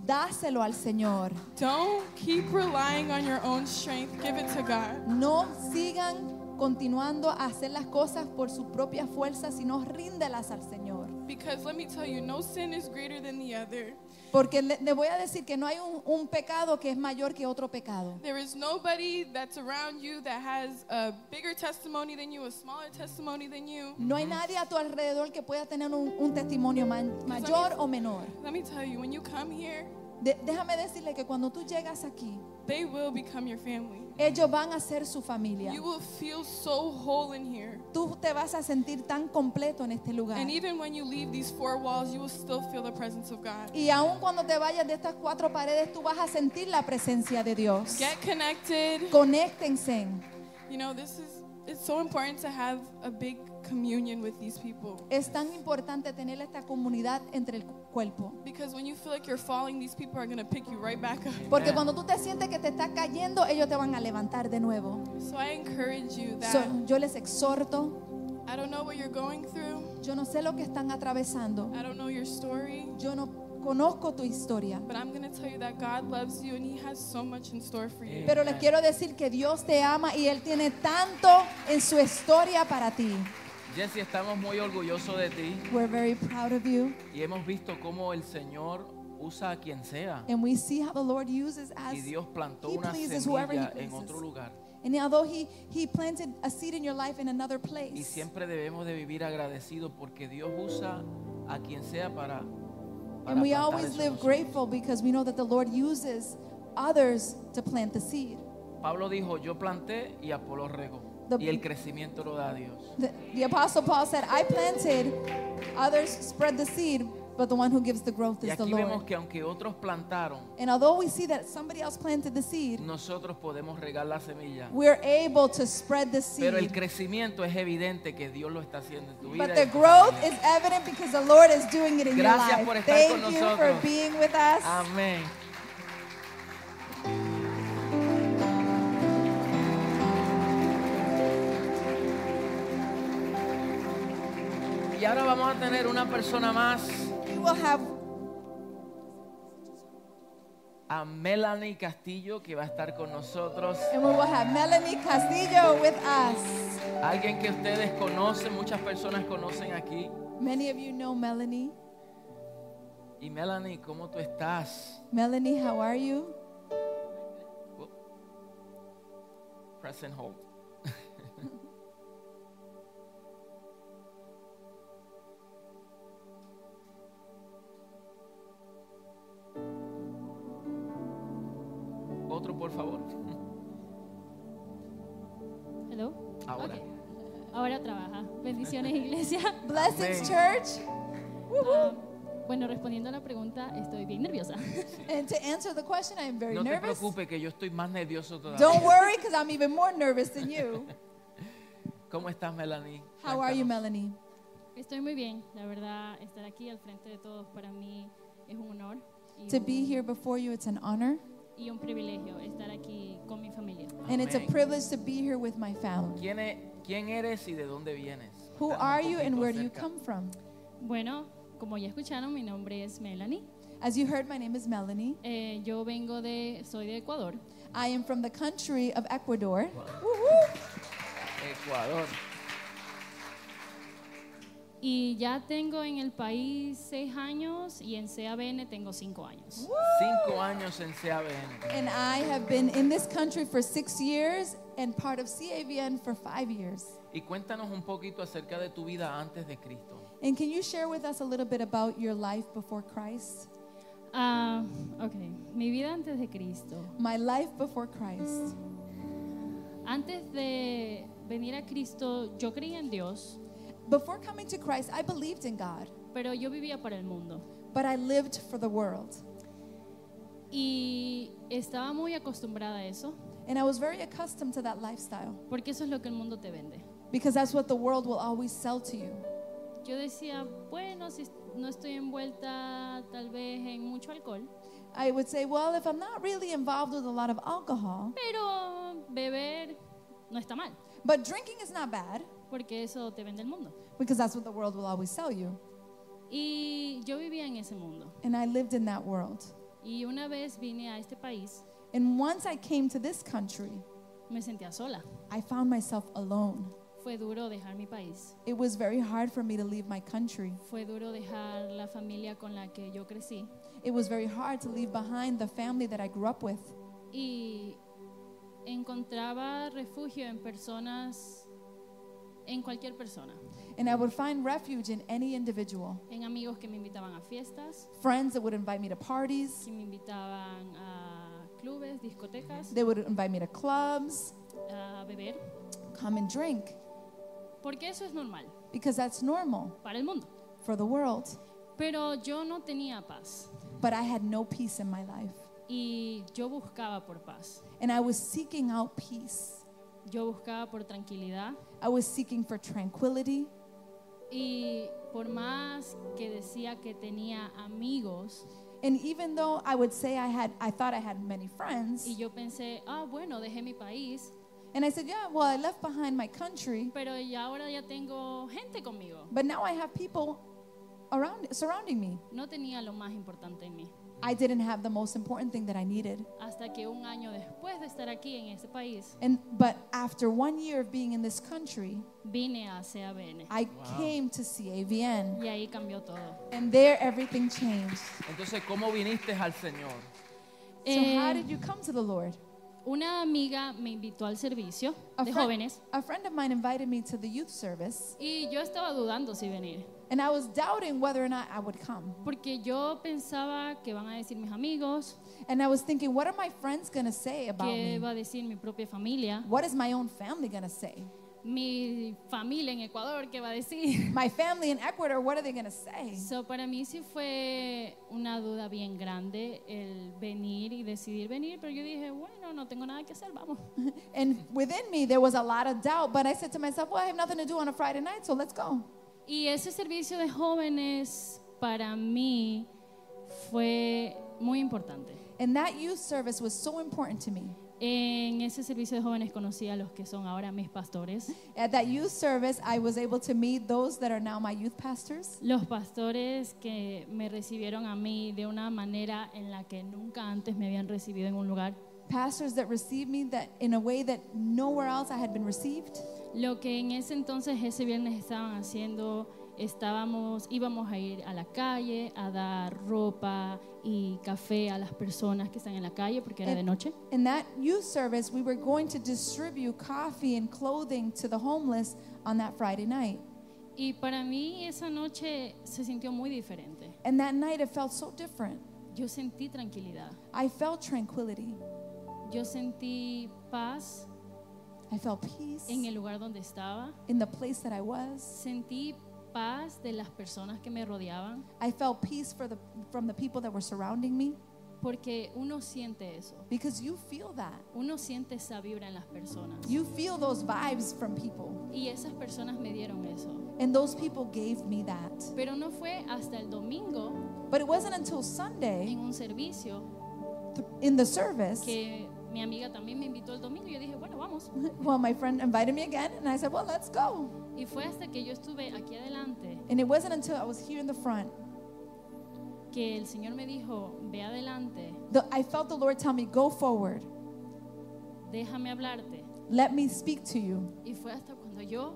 S2: Dáselo al Señor.
S5: Don't keep relying on your own strength. Give it to God.
S2: No sigan continuando a hacer las cosas por su propia fuerza, sino ríndelas al Señor.
S5: Because let me tell you, no sin is greater than the other.
S2: Porque le, le voy a decir que no hay un, un pecado que es mayor que otro pecado.
S5: There is nobody that's around you that has a bigger testimony than you, a smaller testimony than you.
S2: No hay nadie a tu alrededor que pueda tener un, un testimonio man- mayor o menor.
S5: Let me tell you, when you come here,
S2: De- déjame decirle que cuando tú llegas aquí,
S5: they will become your family.
S2: ellos van a ser su familia.
S5: You will feel so whole in here.
S2: Tú te vas a sentir tan completo en este lugar.
S5: And even when you leave these four walls, you will still feel the presence of God.
S2: Y aun cuando te vayas de estas cuatro paredes, tú vas a sentir la presencia de Dios.
S5: Get connected.
S2: Conéctense.
S5: You know, this is it's so important to have a big communion with these people.
S2: Es tan importante tener esta comunidad entre el cuerpo.
S5: Because when you feel like you're falling, these people are going to pick you right back up.
S2: Porque cuando tú te sientes que te estás cayendo, ellos te van a levantar de nuevo.
S5: So I encourage you that
S2: So, yo les exhorto,
S5: I don't know what you're going through.
S2: yo no sé lo que están atravesando,
S5: I don't know your story,
S2: yo no conozco tu historia,
S5: but I'm going to tell you that God loves you and he has so much in store for you.
S2: pero les quiero decir que Dios te ama y Él tiene tanto en su historia para ti.
S1: Jesse, estamos muy orgullosos de ti
S2: We're very proud of you
S1: y hemos visto cómo el Señor usa a quien sea
S2: and we see how the Lord uses us.
S1: y Dios plantó
S2: He
S1: una
S2: pleases whoever He
S1: semilla en
S2: pleases.
S1: otro lugar.
S2: And although he, he planted a seed in your life in another place,
S1: Y siempre debemos de vivir agradecidos porque Dios usa a quien sea para, para
S2: and we
S1: plantar
S2: always
S1: esos
S2: live
S1: nosotros.
S2: grateful because we know that the Lord uses others to plant the seed.
S1: Pablo dijo, yo planté y Apolo regó.
S2: The-
S1: Y el crecimiento lo da Dios.
S2: The, the Apostle Paul said, I planted, others spread the seed, but the one who gives the growth
S1: Y
S2: is the
S1: aquí vemos
S2: Lord.
S1: que aunque otros plantaron,
S2: And although we see that somebody else planted the seed,
S1: nosotros podemos regar la semilla.
S2: we're able to spread the
S1: Pero el
S2: seed.
S1: crecimiento es evidente que Dios lo está haciendo en tu vida.
S2: But
S1: y
S2: the
S1: en tu
S2: growth
S1: familia.
S2: is evident because the Lord is doing it in your
S1: Gracias por
S2: life.
S1: estar
S2: Thank
S1: con
S2: you
S1: nosotros.
S2: for being with us.
S1: Amén. Y ahora vamos a tener una persona más,
S2: We will have
S1: a Melanie Castillo, que va a estar con nosotros.
S2: and we will have Melanie Castillo with us.
S1: Alguien que ustedes conocen, muchas personas conocen aquí.
S2: Many of you know Melanie.
S1: Y Melanie, ¿cómo tú estás?
S2: Melanie, how are you?
S1: Press and hold. Otro, por favor.
S6: Hello.
S1: Ahora.
S6: Ok. Ahora trabaja.
S2: [LAUGHS]
S6: Bendiciones, iglesia.
S2: Blessings,
S1: Amén.
S2: church.
S6: Ah, bueno, respondiendo a la pregunta, estoy bien nerviosa. [LAUGHS]
S2: And to answer the question, I am very
S1: No te
S2: nervous.
S1: preocupes que yo estoy más nervioso todavía.
S2: Don't worry, because I'm even more nervous than you.
S1: ¿Cómo estás, Melanie?
S2: How are you,
S1: Cuéntanos.
S2: Melanie?
S6: Estoy muy bien. La verdad, estar aquí al frente de todos para mí es un honor y,
S2: To
S6: un,
S2: be here before you, it's an honor,
S6: y un privilegio estar aquí con mi familia.
S2: and it's a
S1: Amén.
S2: privilege to be here with my family.
S1: ¿Quién, e- quién eres y de dónde vienes?
S2: Who
S1: Cuéntanos un
S2: are you, and
S1: poquito
S2: where do you
S1: acerca.
S2: come from?
S6: Bueno, como ya escucharon, mi nombre es Melanie.
S2: As you heard, my name is Melanie.
S6: Eh, yo vengo de, soy de Ecuador.
S2: I am from the country of Ecuador.
S1: Ecuador.
S6: Y ya tengo en el país seis años y en CABN tengo cinco años.
S1: Cinco años en CABN.
S2: And I have been in this country for six years and part of CAVN for five years.
S1: Y cuéntanos un poquito acerca de tu vida antes de Cristo.
S2: And can you share with us a little bit about your life before Christ?
S6: Ah, ok, mi vida antes de Cristo.
S2: My life before Christ.
S6: Antes de venir a Cristo, yo creía en Dios,
S2: Before coming to Christ, I believed in God,
S6: pero yo vivía para el mundo.
S2: but I lived for the world.
S6: Y estaba muy acostumbrada a eso,
S2: And I was very accustomed to that lifestyle
S6: porque eso es lo que el mundo te vende.
S2: because that's what the world will always sell to you.
S6: Yo decía, bueno, si no estoy envuelta tal vez en mucho alcohol,
S2: I would say, well, if I'm not really involved with a lot of alcohol,
S6: Pero beber no está mal,
S2: but drinking is not bad
S6: porque eso te vende el mundo.
S2: because that's what the world will always sell you.
S6: Y yo vivía en ese mundo.
S2: And I lived in that world.
S6: Y una vez vine a este país,
S2: And once I came to this country,
S6: me sentía sola.
S2: I found myself alone.
S6: Fue duro dejar mi país.
S2: It was very hard for me to leave my country.
S6: Fue duro dejar la familia con la que yo crecí.
S2: It was very hard to leave behind the family that I grew up with.
S6: Y encontraba refugio en personas, en cualquier persona.
S2: And I would find refuge in any individual.
S6: En amigos que me invitaban a fiestas,
S2: Friends that would invite me to parties,
S6: que me invitaban a clubes, discotecas,
S2: they would invite me to clubs,
S6: a beber.
S2: come and drink,
S6: Porque eso es normal
S2: because that's normal
S6: para el mundo.
S2: for the world.
S6: Pero yo no tenía paz
S2: But I had no peace in my life.
S6: y yo buscaba por paz.
S2: And I was seeking out peace.
S6: Yo buscaba por tranquilidad
S2: I was seeking for tranquility.
S6: y por más que decía que tenía amigos
S2: And even though I would say I had, I thought I had many
S6: y
S2: friends,
S6: yo pensé, ah, bueno, dejé mi país,
S2: and I said, yeah, well, I left behind my country,
S6: pero ya ahora ya tengo gente conmigo.
S2: but now I have people around, surrounding me.
S6: No tenía lo más importante en mí.
S2: I didn't have the most important thing that I needed.
S6: Hasta que un año después de estar aquí en este país,
S2: And but after one year of being in this country,
S6: vine a CABN
S2: I came to CAVN,
S6: y ahí cambió todo.
S2: and there everything changed.
S1: Entonces, ¿cómo viniste al Señor?
S2: So how
S6: Eh,
S2: did you come to the Lord?
S6: Una amiga me invitó al servicio
S2: A
S6: de
S2: friend-
S6: jóvenes
S2: a friend of mine invited me to the youth service,
S6: y yo estaba dudando si venir.
S2: and I was doubting whether or not I would come.
S6: Porque yo pensaba que van a decir mis amigos,
S2: And I was thinking, what are my friends gonna say about
S6: que
S2: me?
S6: va a decir mi propia familia,
S2: What is my own family gonna say?
S6: mi familia en Ecuador, que va a decir.
S2: My family in Ecuador, what are they gonna say? [LAUGHS]
S6: So, para mí sí fue una duda bien grande el venir y decidir venir, pero yo dije, bueno, no tengo nada que hacer, vamos.
S2: And within me, there was a lot of doubt, but I said to myself, well, I have nothing to do on a Friday night, so let's go.
S6: Y ese servicio de jóvenes para mí fue muy importante.
S2: And that youth service was so important to me.
S6: En ese servicio de jóvenes conocí a los que son ahora mis pastores.
S2: At that youth service, I was able to meet those that are now my youth pastors,
S6: Los pastores que me recibieron a mí de una manera en la que nunca antes me habían recibido en un lugar.
S2: pastors that received me that in a way that nowhere else I had been received.
S6: Lo que en ese entonces ese viernes estaban haciendo, estábamos íbamos a ir a la calle a dar ropa y café a las personas que están en la calle porque era de noche.
S2: In that youth service, we were going to distribute coffee and clothing to the homeless on that Friday night.
S6: Y para mí esa noche se sintió muy diferente.
S2: And that night, it felt so different.
S6: Yo sentí tranquilidad,
S2: I felt tranquility,
S6: yo sentí paz
S2: I felt peace
S6: en el lugar donde estaba,
S2: in the place that I was.
S6: sentí paz de las personas que me rodeaban.
S2: I felt peace for the, from the people that were surrounding me
S6: Porque uno siente eso.
S2: because you feel that.
S6: Uno siente esa vibra en las personas.
S2: You feel those vibes from people.
S6: Y esas personas me dieron eso.
S2: And those people gave me that.
S6: Pero no fue hasta el domingo
S2: But it wasn't until Sunday
S6: en un servicio
S2: th- in the service,
S6: que mi amiga también me invitó el domingo y yo dije, bueno, vamos.
S2: [LAUGHS] well, my friend invited me again, and I said, Well, let's go.
S6: Y fue hasta que yo estuve aquí adelante
S2: And it wasn't until I was here in the front
S6: que el Señor me dijo, ve adelante,
S2: that I felt the Lord tell me, Go forward,
S6: déjame hablarte.
S2: let me speak to you.
S6: Y fue hasta cuando yo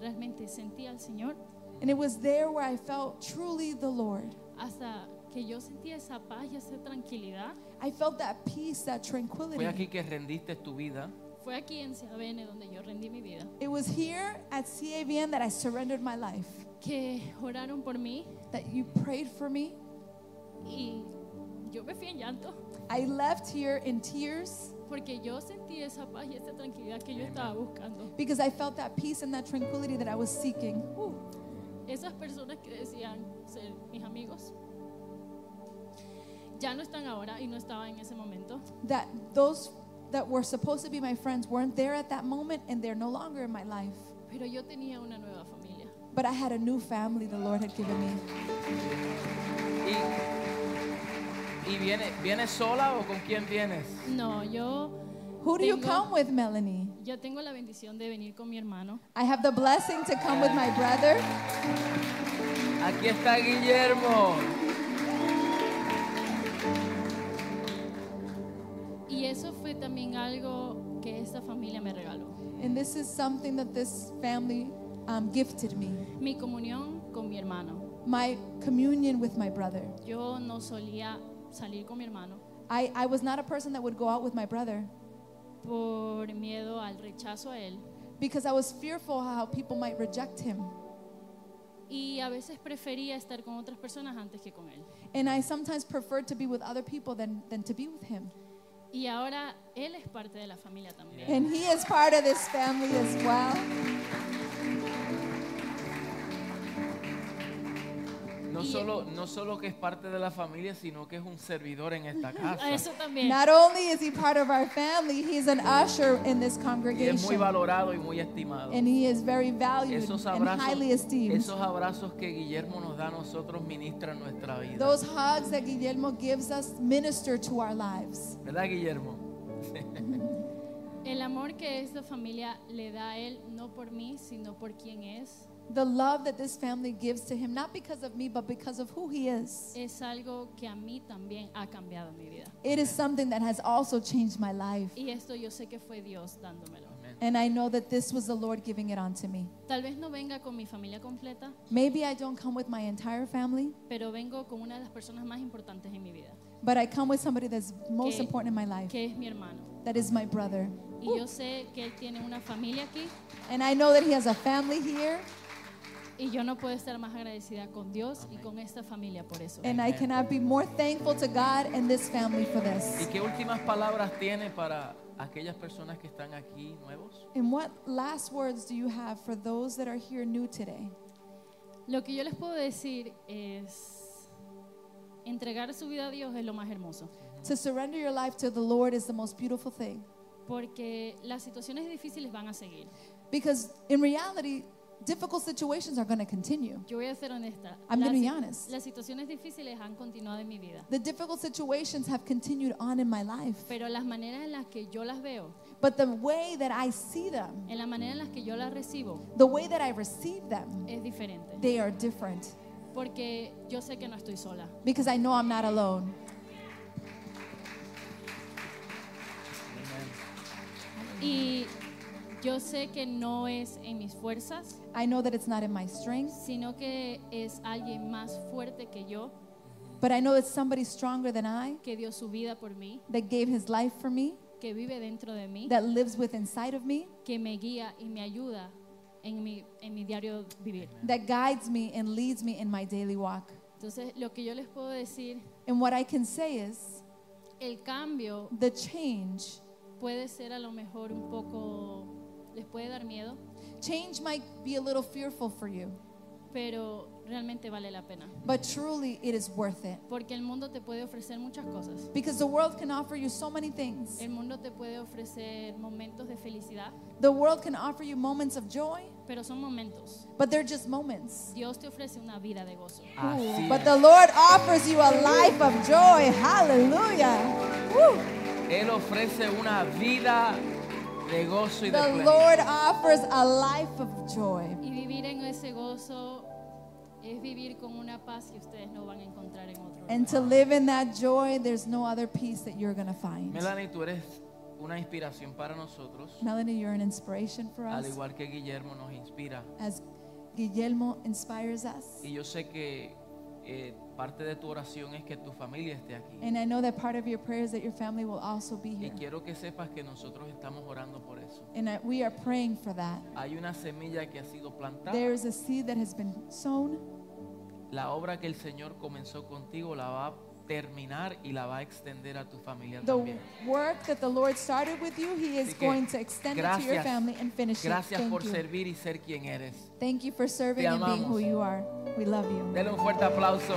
S6: realmente sentí al Señor,
S2: And it was there where I felt truly the Lord.
S6: hasta que yo sentí esa paz y esa tranquilidad.
S2: I felt that peace, that tranquility.
S1: Fue aquí que rendiste tu vida.
S6: Fue aquí en CABN donde yo rendí mi vida.
S2: It was here at CAVN that I surrendered my life,
S6: que oraron por mí
S2: that you prayed for me.
S6: y yo me fui en llanto
S2: I left here in tears
S6: porque yo sentí esa paz y esa tranquilidad que yo estaba buscando.
S2: because I felt that peace and that tranquility that I was seeking.
S6: Esas personas que decían ser mis amigos ya no están ahora y no estaba en ese momento.
S2: that those that were supposed to be my friends weren't there at that moment and they're no longer in my life.
S6: Pero yo tenía una nueva familia.
S2: But I had a new family the Lord had given me.
S1: Y ¿Y viene, vienes sola o con quién vienes?
S6: No, yo,
S2: Who do you
S6: Tengo-
S2: come with, Melanie?
S6: yo tengo la bendición de venir con mi hermano.
S2: I have the blessing to come with my brother.
S1: Aquí está Guillermo.
S6: Y eso fue también algo que esta familia me regaló.
S2: And this is something that this family um, gifted me
S6: Mi comunión con mi hermano.
S2: my communion with my brother.
S6: Yo no solía salir con mi hermano
S2: I, I was not a person that would go out with my brother
S6: por miedo al rechazo a él.
S2: because I was fearful how people might reject him.
S6: Y a veces prefería estar con otras personas antes que con él.
S2: And I sometimes preferred to be with other people than, than to be with him.
S6: Y ahora él es parte de la familia también.
S2: And he is part of this family as well.
S1: No
S6: Y-
S1: solo, no solo que es parte de la familia, sino que es un servidor en esta
S6: A
S1: casa.
S6: Eso también.
S2: Not only is he part of our family, he's an usher in this
S1: Y es muy
S2: congregation.
S1: valorado y muy estimado.
S2: And he is very valued
S1: Esos
S2: and
S1: abrazos,
S2: highly esteemed.
S1: esos abrazos que Guillermo nos da a nosotros ministran nuestra vida.
S2: Those hugs that Guillermo gives us minister to our lives.
S1: ¿Verdad, Guillermo?
S6: El amor que esta familia le da a él, no por mí, sino por quien es,
S2: The love that this family gives to him, not because of me, but because of who he is.
S6: es algo que a mí también ha cambiado mi vida.
S2: It is something that has also changed my life.
S6: Y esto yo sé que fue Dios dándomelo.
S2: And I know that this was the Lord giving it onto me.
S6: Tal vez no venga con mi familia completa,
S2: Maybe I don't come with my entire family,
S6: pero vengo con una de las personas más importantes en mi vida,
S2: but I come with somebody that's most
S6: Que-
S2: important in my life.
S6: que es mi hermano.
S2: That is my brother.
S6: Y yo sé que él tiene una familia aquí
S2: And I know that he has a family here,
S6: y yo no puedo estar más agradecida con Dios y con esta familia por eso.
S2: and I cannot be more thankful to God and this family for
S1: ¿Y
S2: this.
S1: qué últimas palabras tiene para aquellas personas que están aquí nuevos?
S2: And what last words do you have for those that are here new today?
S6: Lo que yo les puedo decir es, entregar su vida a Dios es lo más hermoso.
S2: To surrender your life to the Lord is the most beautiful thing.
S6: Porque las situaciones difíciles van a seguir.
S2: Because in reality, difficult situations are going to continue.
S6: Yo voy a ser honesta.
S2: I'm gonna
S6: Las-
S2: be honest.
S6: Las situaciones difíciles han continuado en mi vida.
S2: The difficult situations have continued on in my life.
S6: Pero las maneras en las que yo las veo,
S2: But the way that I see them,
S6: en la manera en las que yo las recibo,
S2: the way that I receive them,
S6: es diferente.
S2: they are different.
S6: Porque yo sé que no estoy sola.
S2: Because I know I'm not alone.
S6: Y yo sé que no es en mis fuerzas,
S2: I know that it's not in my strength,
S6: sino que es alguien más fuerte que yo,
S2: but I know it's somebody stronger than I
S6: que dio su vida por mí,
S2: that gave his life for me,
S6: que vive dentro de mí,
S2: that lives with inside of me,
S6: que me guía y me ayuda en mi, en mi diario vivir.
S2: that guides me and leads me in my daily walk.
S6: Entonces, lo que yo les puedo decir,
S2: And what I can say is
S6: el cambio
S2: the change,
S6: puede ser a lo mejor un poco, les puede dar miedo,
S2: change might be a little fearful for you,
S6: pero realmente vale la pena.
S2: but truly it is worth it.
S6: Porque el mundo te puede ofrecer muchas cosas.
S2: Because the world can offer you so many things.
S6: El mundo te puede ofrecer momentos de felicidad,
S2: The world can offer you moments of joy,
S6: pero son momentos.
S2: but they're just moments.
S6: Dios te ofrece una vida de gozo.
S1: Así
S2: But
S1: es.
S2: the Lord offers you a life of joy. Hallelujah. Woo.
S1: Él ofrece una vida de gozo y de
S2: The
S1: plenitud.
S2: Lord offers a life of joy.
S6: Y vivir en ese gozo es vivir con una paz que ustedes no van a encontrar en otro lugar.
S2: And to live in that joy, there's no other peace that you're going to find.
S1: Melanie, tú eres una inspiración para nosotros,
S2: Melanie, you're an inspiration for
S1: al
S2: us
S1: igual que Guillermo nos inspira.
S2: as Guillermo inspires us.
S1: Y yo sé que eh, parte de tu oración es que tu familia esté aquí.
S2: And I know that part of your prayers that your family will also be
S1: Y
S2: here.
S1: quiero que sepas que nosotros estamos orando por eso.
S2: And I, we are praying for that.
S1: Hay una semilla que ha sido plantada.
S2: There is a seed that has been sown.
S1: La obra que el Señor comenzó contigo la va a terminar y la va a extender a tu familia
S2: The
S1: también.
S2: work that the Lord started with you, He is
S1: Así que,
S2: going to extend it to your
S1: gracias.
S2: family and finish it.
S1: Gracias por
S2: Thank you.
S1: servir y ser quien eres.
S2: Thank you for serving
S1: Te
S2: and being who
S1: amamos.
S2: you are. We love you.
S1: Dele un fuerte aplauso.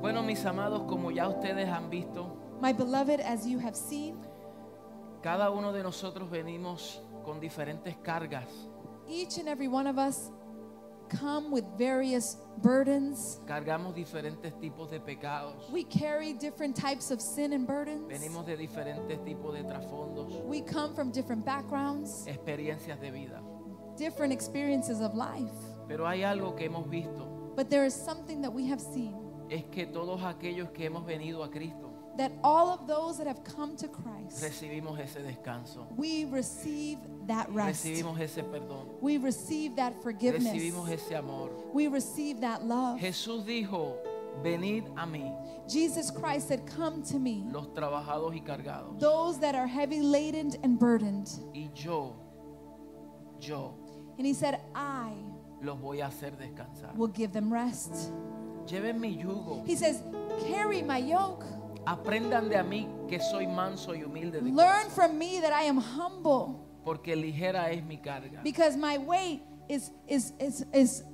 S1: Bueno, mis mis amados, como ya ustedes han visto,
S2: My beloved, as you have seen,
S1: cada uno de nosotros venimos con diferentes cargas,
S2: each and every one of us come with various burdens.
S1: cargamos diferentes tipos de pecados,
S2: We carry different types of sin and burdens.
S1: venimos de diferentes tipos de trasfondos,
S2: We come from different backgrounds,
S1: experiencias de vida.
S2: different experiences of life.
S1: Pero hay algo que hemos visto,
S2: But there is something that we have seen
S1: es que todos aquellos que hemos venido a Cristo
S2: that all of those that have come to Christ,
S1: recibimos ese descanso,
S2: we receive that rest.
S1: recibimos ese perdón,
S2: We receive that
S1: recibimos
S2: forgiveness.
S1: ese amor.
S2: We receive that love.
S1: Jesús dijo, venid a mí,
S2: Jesus Christ said, Come to me,
S1: los trabajados y cargados,
S2: those that are heavy laden and burdened.
S1: y yo, yo
S2: And he said, I
S1: los voy a hacer descansar.
S2: will give them rest.
S1: Lleven mi yugo.
S2: He says, Carry my yoke.
S1: Aprendan de a mí que soy manso y humilde de
S2: Learn
S1: corazón,
S2: from me that I am humble
S1: porque ligera es mi carga
S2: because my weight is, is, is, is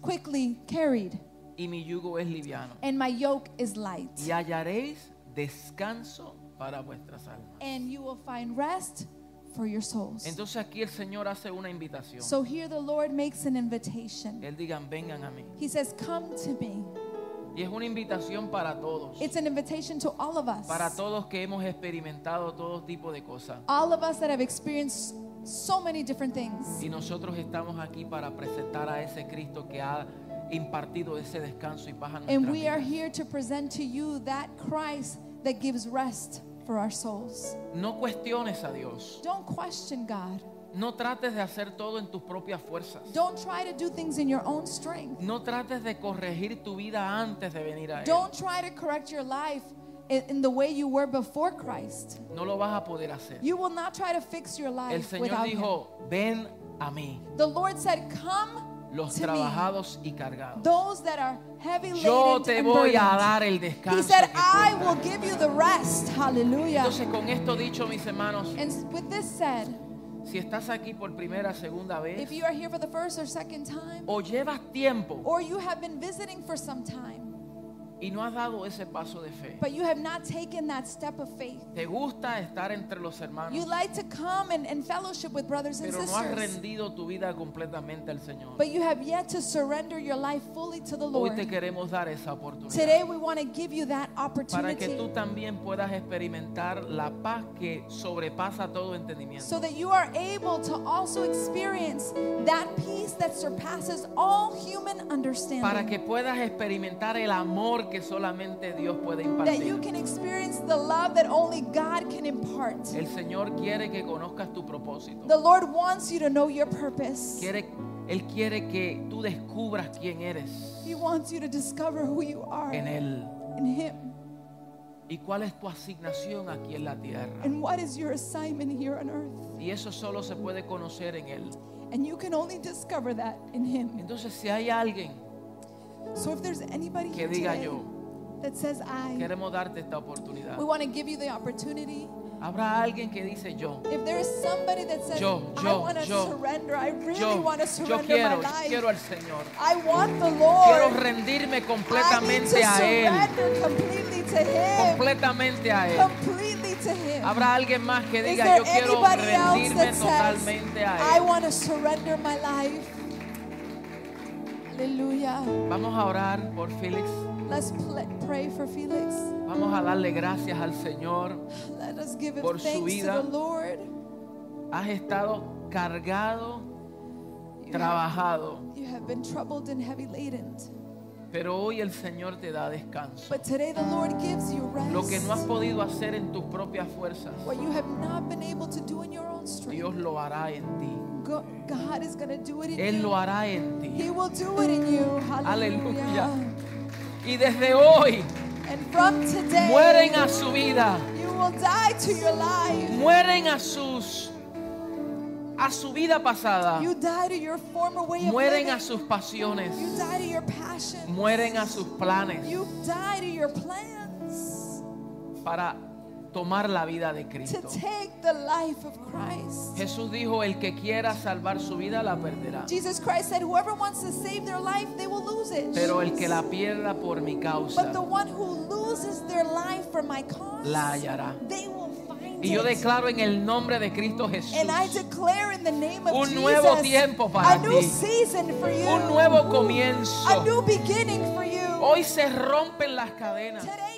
S2: quickly carried
S1: y mi yugo es liviano.
S2: and my yoke is light.
S1: Y hallaréis descanso para vuestras almas.
S2: And you will find rest for your souls.
S1: Entonces aquí el Señor hace una invitación.
S2: So here the Lord makes an invitation.
S1: Él digan, vengan a mí.
S2: He says, Come to me.
S1: Y es una invitación para todos.
S2: It's an invitation to all of us.
S1: Para todos que hemos experimentado todo tipo de cosas.
S2: all of us that have experienced so many different things.
S1: Y nosotros estamos aquí para presentar a ese Cristo que ha impartido ese descanso y paz a
S2: And
S1: nuestras
S2: we are
S1: vidas.
S2: here to present to you that Christ that gives rest for our souls.
S1: No cuestiones a Dios.
S2: Don't question God.
S1: No trates de hacer todo en tus propias fuerzas.
S2: Don't try to do things in your own strength.
S1: No trates de corregir tu vida antes de venir a Él.
S2: Don't try to correct your life in, in the way you were before Christ.
S1: No lo vas a poder hacer.
S2: You will not try to fix your
S1: El
S2: life
S1: Señor
S2: without
S1: dijo, ven a mí,
S2: Him. The Lord said, "Come
S1: los
S2: to me,
S1: trabajados y cargados.
S2: those that are heavy
S1: Yo
S2: laden
S1: te
S2: and
S1: voy a
S2: burdened."
S1: dar el
S2: He
S1: descanso.
S2: said,
S1: que
S2: "I
S1: tú
S2: will give you the rest." Hallelujah.
S1: Entonces con esto dicho, mis hermanos,
S2: And with this said,
S1: si estás aquí por primera, segunda vez,
S2: if you are here for the first or second time,
S1: o llevas tiempo
S2: or you have been visiting for some time,
S1: y no has dado ese paso de fe,
S2: but you have not taken that step of faith,
S1: te gusta estar entre los
S2: you
S1: hermanos,
S2: like to come and, and fellowship with brothers and
S1: pero no has
S2: sisters,
S1: rendido tu vida completamente al Señor.
S2: but you have yet to surrender your life fully to the
S1: Hoy te
S2: Lord.
S1: queremos dar esa oportunidad.
S2: Today, we want to give you that
S1: para que tú
S2: opportunity
S1: también puedas experimentar la paz que sobrepasa todo entendimiento.
S2: so that you are able to also experience that peace that surpasses all human
S1: Para
S2: understanding.
S1: que puedas experimentar el amor que solamente Dios puede
S2: That you
S1: impartir.
S2: can experience the love that only God can impart.
S1: El Señor quiere que conozcas tu propósito.
S2: The Lord wants you to know your purpose.
S1: Quiere, Él quiere que tú descubras quién eres
S2: He wants you to discover who you are
S1: en Él
S2: in Him
S1: y cuál es tu asignación aquí en la tierra.
S2: and what is your assignment here on earth.
S1: Y eso solo se puede conocer en Él.
S2: And you can only discover that in Him.
S1: Entonces, si hay alguien,
S2: So if there's anybody
S1: Que
S2: here
S1: diga
S2: today that says, I,
S1: queremos darte esta oportunidad.
S2: we want to give you the opportunity.
S1: Habrá alguien que dice yo.
S2: If there is somebody that says,
S1: Yo,
S2: I
S1: yo,
S2: want to
S1: yo,
S2: surrender, I really
S1: Yo,
S2: want to
S1: yo
S2: surrender
S1: quiero,
S2: my life.
S1: quiero al Señor.
S2: I want the
S1: Quiero
S2: Lord.
S1: rendirme
S2: I need to
S1: completamente a Él.
S2: surrender completely to Him.
S1: Completamente a Él.
S2: Completely to Him.
S1: Habrá alguien más que
S2: Is
S1: diga,
S2: there
S1: yo quiero
S2: anybody else
S1: rendirme
S2: that says,
S1: totalmente a
S2: I
S1: Él.
S2: want to surrender my life? Hallelujah.
S1: Vamos a orar por Félix.
S2: Let's pl- pray for Felix.
S1: Vamos a darle gracias al Señor.
S2: Let us give him
S1: Por su
S2: thanks to
S1: vida.
S2: the Lord.
S1: Has estado cargado,
S2: You have,
S1: trabajado,
S2: you have been troubled and heavy laden,
S1: pero hoy el Señor te da descanso.
S2: but today the Lord gives you rest.
S1: Lo que no has podido hacer en tus propias fuerzas,
S2: what you have not been able to do in your own
S1: Dios
S2: strength,
S1: lo hará en ti.
S2: Go- God is going to do it in
S1: Él
S2: you.
S1: lo hará en
S2: He
S1: ti.
S2: will do it in you. Hallelujah.
S1: Aleluya. Y desde hoy
S2: And from today,
S1: mueren a su vida.
S2: you will die to your life.
S1: mueren a sus a su vida pasada
S2: You die to your former way of
S1: mueren
S2: living.
S1: a sus pasiones
S2: You die to your passions.
S1: mueren a sus planes
S2: You die to your plans
S1: para tomar la vida de
S2: to
S1: Cristo.
S2: take the life of Christ.
S1: Jesús dijo, el que quiera salvar su vida la perderá,
S2: Jesus Christ said, Whoever wants to save their life, they will lose it.
S1: pero el que la pierda por mi
S2: But the
S1: causa
S2: one who loses their life for my cause,
S1: la hallará.
S2: they will find
S1: Y yo
S2: it.
S1: declaro en el nombre de Cristo Jesús
S2: And I declare in the name of
S1: Un
S2: Jesus,
S1: nuevo tiempo para
S2: a new
S1: ti.
S2: season for you,
S1: un nuevo
S2: a
S1: comienzo.
S2: new beginning for you.
S1: Hoy se rompen las cadenas.
S2: Today